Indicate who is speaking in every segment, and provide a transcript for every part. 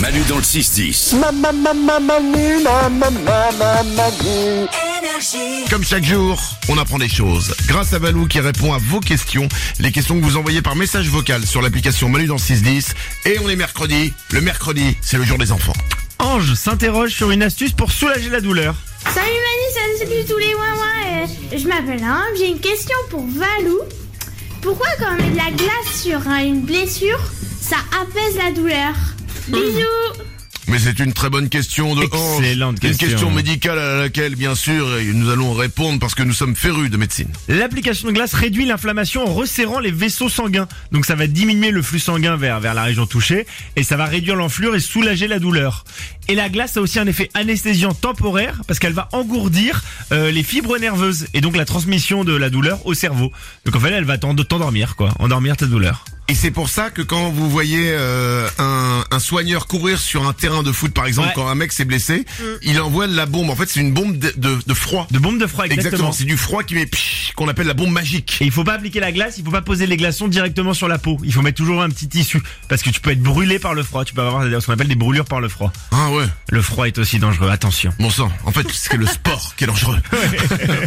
Speaker 1: Manu dans le 6-10.
Speaker 2: Ma, ma, ma, ma, Manu, ma, ma, ma, ma, Manu.
Speaker 3: Comme chaque jour, on apprend des choses. Grâce à Valou qui répond à vos questions, les questions que vous envoyez par message vocal sur l'application Manu dans le 610. Et on est mercredi. Le mercredi, c'est le jour des enfants.
Speaker 4: Ange s'interroge sur une astuce pour soulager la douleur.
Speaker 5: Salut Manu, salut, salut tous les ouin Je m'appelle Anne, j'ai une question pour Valou. Pourquoi quand on met de la glace sur hein, une blessure, ça apaise la douleur Bisous
Speaker 3: Mais c'est une très bonne question de Ange.
Speaker 4: Excellente question.
Speaker 3: Une question médicale à laquelle, bien sûr, nous allons répondre parce que nous sommes férus de médecine.
Speaker 4: L'application de glace réduit l'inflammation en resserrant les vaisseaux sanguins. Donc ça va diminuer le flux sanguin vers, vers la région touchée et ça va réduire l'enflure et soulager la douleur. Et la glace a aussi un effet anesthésiant temporaire parce qu'elle va engourdir euh, les fibres nerveuses et donc la transmission de la douleur au cerveau. Donc en fait elle va t'en- t'endormir quoi, endormir ta douleur.
Speaker 3: Et c'est pour ça que quand vous voyez euh, un, un soigneur courir sur un terrain de foot, par exemple,
Speaker 4: Ouais. Mm.
Speaker 3: quand un mec s'est blessé, il envoie de la bombe. En fait, c'est une bombe de, de- de froid.
Speaker 4: De bombe de froid exactement.
Speaker 3: C'est du froid qui met psh, qu'on appelle la bombe magique.
Speaker 4: Et il faut pas appliquer la glace, il faut pas poser les glaçons directement sur la peau. Il faut mettre toujours un petit tissu parce que tu peux être brûlé par le froid. Tu peux avoir ce qu'on appelle des brûlures par le froid.
Speaker 3: Ah ouais,
Speaker 4: Le froid est aussi dangereux, attention.
Speaker 3: bon sang. En fait, c'est le sport qui est dangereux.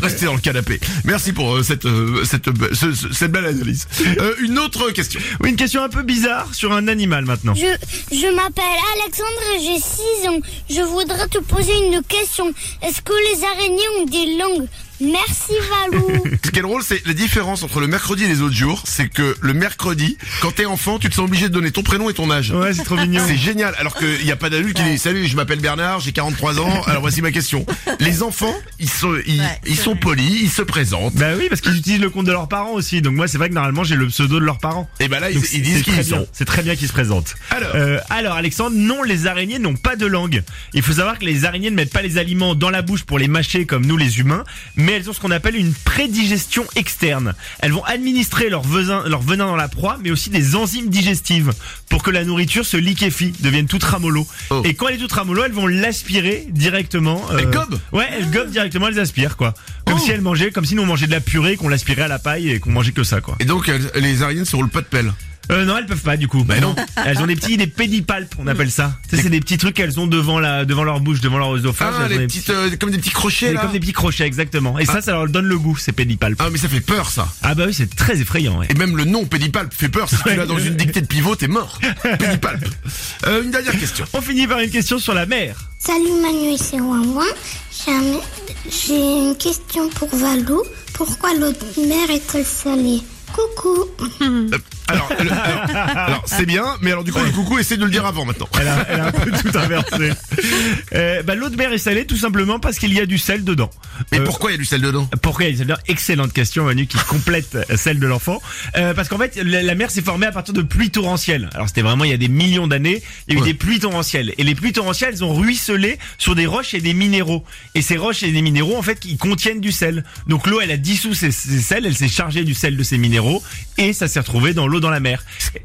Speaker 3: Restez dans le canapé. Merci pour euh, cette, euh, cette, be- ce- ce- cette belle analyse. Euh, une autre question.
Speaker 4: Oui, une question un peu bizarre sur un animal maintenant.
Speaker 6: Je, je m'appelle Alexandre et j'ai 6 ans. Je voudrais te poser une question. Est-ce que les araignées ont des langues Merci Valou.
Speaker 3: Ce qui est drôle, c'est la différence entre le mercredi et les autres jours, c'est que le mercredi, quand t'es enfant, tu te sens obligé de donner ton prénom et ton âge.
Speaker 4: Ouais, c'est trop mignon.
Speaker 3: C'est génial. Alors qu'il n'y a pas d'adulte qui dit Salut, je m'appelle Bernard, j'ai 43 ans. Alors voici ma question. Les enfants, ils sont, ils, ils sont polis, ils se présentent.
Speaker 4: Bah oui, parce qu'ils utilisent le compte de leurs parents aussi. Donc moi, c'est vrai que normalement, j'ai le pseudo de leurs parents.
Speaker 3: Et ben là, ils,
Speaker 4: Donc,
Speaker 3: ils disent
Speaker 4: c'est
Speaker 3: qu'ils
Speaker 4: très
Speaker 3: y
Speaker 4: bien.
Speaker 3: sont.
Speaker 4: C'est très bien qu'ils se présentent.
Speaker 3: Alors.
Speaker 4: Euh, alors, Alexandre, non, les araignées n'ont pas de langue. Il faut savoir que les araignées ne mettent pas les aliments dans la bouche pour les mâcher comme nous les humains, mais elles ont ce qu'on appelle une prédigestion externe. Elles vont administrer leur venin, leur venin dans la proie, mais aussi des enzymes digestives pour que la nourriture se liquéfie, devienne toute ramolo.
Speaker 3: Oh.
Speaker 4: Et quand elle est toute ramolo, elles vont l'aspirer directement. euh,
Speaker 3: Elles gobent Oh.
Speaker 4: Ouais, elles gobent directement, elles aspirent quoi. Comme si elles mangeaient, comme si nous on mangeait de la purée, qu'on l'aspirait à la paille et qu'on mangeait que ça quoi.
Speaker 3: Et donc, elles- les araignées ne se roulent pas de pelle.
Speaker 4: Euh, non, elles peuvent pas du coup.
Speaker 3: Bah non.
Speaker 4: Elles ont des petits, des pédipalpes, on appelle ça. Tu sais, c'est des petits trucs qu'elles ont devant la, devant leur bouche, devant leur œsophage.
Speaker 3: Ah,
Speaker 4: elles ont
Speaker 3: les
Speaker 4: des
Speaker 3: petites,
Speaker 4: petits-
Speaker 3: euh, comme des petits crochets
Speaker 4: c'est
Speaker 3: là.
Speaker 4: comme des petits crochets, exactement. Et ça, ça leur donne le goût, ces pédipalpes.
Speaker 3: Ah, mais ça fait peur ça.
Speaker 4: Ah bah oui, c'est très effrayant. Ouais.
Speaker 3: Et même le nom pédipalpe fait peur. Si tu l'as dans une dictée de pivot, t'es mort. Pédipalpe. Euh, une dernière question.
Speaker 4: On finit par une question sur la mer.
Speaker 6: Salut Manu et c'est Wawa. J'ai un- J'ai une question pour Valou. Pourquoi l'eau de mer est-elle salée Coucou.
Speaker 3: Euh, Alors, le- alors, alors, c'est bien, mais alors du coup, le coucou, essaie de le dire avant maintenant.
Speaker 4: Elle a, elle a un peu tout inversé. Euh, bah, l'eau de mer est salée tout simplement parce qu'il y a du sel dedans.
Speaker 3: Mais
Speaker 4: Euh,
Speaker 3: pourquoi il y a du sel dedans
Speaker 4: Pourquoi il y a du sel dedans Excellente question, Manu, qui complète celle de l'enfant. Euh, parce qu'en fait, la, la mer s'est formée à partir de pluies torrentielles. Alors c'était vraiment il y a des millions d'années, il y a eu
Speaker 3: Ouais.
Speaker 4: des pluies torrentielles. Et les pluies torrentielles, elles ont ruisselé sur des roches et des minéraux. Et ces roches et des minéraux, en fait, qui contiennent du sel. Donc l'eau, elle a dissous ces, ces sels, elle s'est chargée du sel de ces minéraux, et ça s'est retrouvé dans l'eau dans la mer.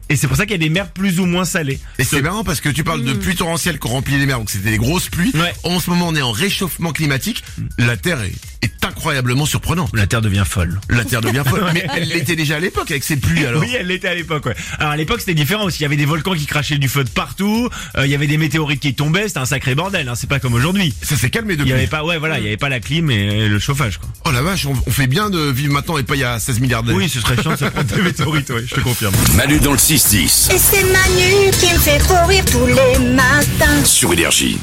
Speaker 4: Et c'est pour ça qu'il y a des mers plus ou moins salées.
Speaker 3: Et c'est marrant parce que tu parles de pluies torrentielles qui ont rempli les mers, donc c'était des grosses pluies.
Speaker 4: Ouais. Hmm.
Speaker 3: En ce moment, on est en réchauffement climatique. La Terre est, est incroyablement surprenante.
Speaker 4: La Terre devient folle.
Speaker 3: La Terre devient folle. Mais elle l'était déjà à l'époque avec ces pluies alors.
Speaker 4: Oui, elle l'était à l'époque. Ouais. Alors à l'époque, c'était différent aussi. Il y avait des volcans qui crachaient du feu de partout. euh, il y avait des météorites qui tombaient. C'était un sacré bordel. Hein. C'est pas comme aujourd'hui.
Speaker 3: Ça s'est calmé
Speaker 4: Il
Speaker 3: depuis.
Speaker 4: y avait pas, ouais, voilà, il y avait pas la clim et, et le chauffage. Quoi.
Speaker 3: Oh la vache, on, on fait bien de vivre maintenant et pas il y a 16 milliards d'années.
Speaker 4: Oui, ce serait chiant de se prendre des météorites. Ouais, je te confirme.
Speaker 1: Manu dans le 6-10.
Speaker 7: Et c'est Manu qui me fait trop rire tous les matins.
Speaker 1: Sur Énergie.